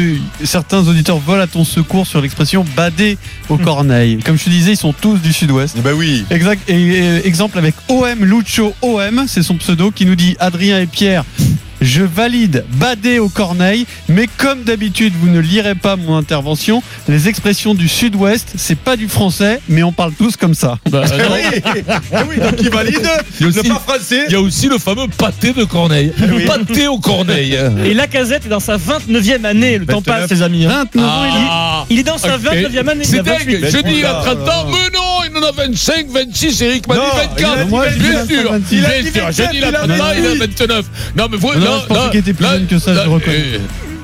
Speaker 4: certains auditeurs volent à ton secours sur l'expression bader au corneille. Comme je te disais, ils sont tous du sud-ouest.
Speaker 11: Eh Ben oui.
Speaker 4: Exact. Et, euh, exemple avec OM Lucho OM, c'est son pseudo qui nous dit Adrien et Pierre. Je valide bader au corneille, mais comme d'habitude, vous ne lirez pas mon intervention. Les expressions du sud-ouest, c'est pas du français, mais on parle tous comme ça.
Speaker 11: Eh oui. Eh oui, donc il valide.
Speaker 9: Ah, Il y a
Speaker 11: Le
Speaker 9: aussi-
Speaker 11: pas français.
Speaker 9: il y a aussi le fameux pâté de Corneille. Pâté au Corneille.
Speaker 10: Et Lacazette est dans sa 29e année, le temps
Speaker 11: 29.
Speaker 10: passe, les amis. hein.
Speaker 4: 29 ans, il-
Speaker 9: Ah.
Speaker 10: Il est dans sa 29e année. il
Speaker 9: C'est
Speaker 10: a 28.
Speaker 9: dingue. Je
Speaker 11: Mais
Speaker 9: dis il a
Speaker 11: voilà,
Speaker 9: 30 ans, mais non, il en a 25, 26. Eric m'a dit
Speaker 11: Non, il a
Speaker 9: 24.
Speaker 11: dit
Speaker 4: moi, j'ai
Speaker 9: Bien
Speaker 4: dit
Speaker 9: sûr,
Speaker 4: 25,
Speaker 9: bien
Speaker 11: il a dit
Speaker 9: sûr. J'ai dit il a 30
Speaker 11: 27,
Speaker 9: ans, il a
Speaker 11: il a
Speaker 9: 29. Non, mais vous,
Speaker 4: Non, je pensais qu'il était plus jeune que ça, je reconnais.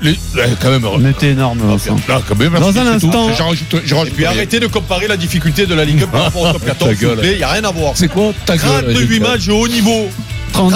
Speaker 9: les- euh, là, quand même.
Speaker 4: On était énorme, Vincent.
Speaker 9: Là, quand même, merci,
Speaker 4: Dans un
Speaker 9: c'est tout.
Speaker 4: instant.
Speaker 9: J'en rajoute- j'en
Speaker 11: Et
Speaker 9: rajoute
Speaker 11: puis
Speaker 9: rien.
Speaker 11: arrêtez de comparer la difficulté de la Ligue 1 par rapport au top 14.
Speaker 9: Ta gueule.
Speaker 11: Il n'y a rien à voir.
Speaker 9: C'est quoi ta gueule, Eric
Speaker 11: 38 matchs de haut niveau.
Speaker 4: 32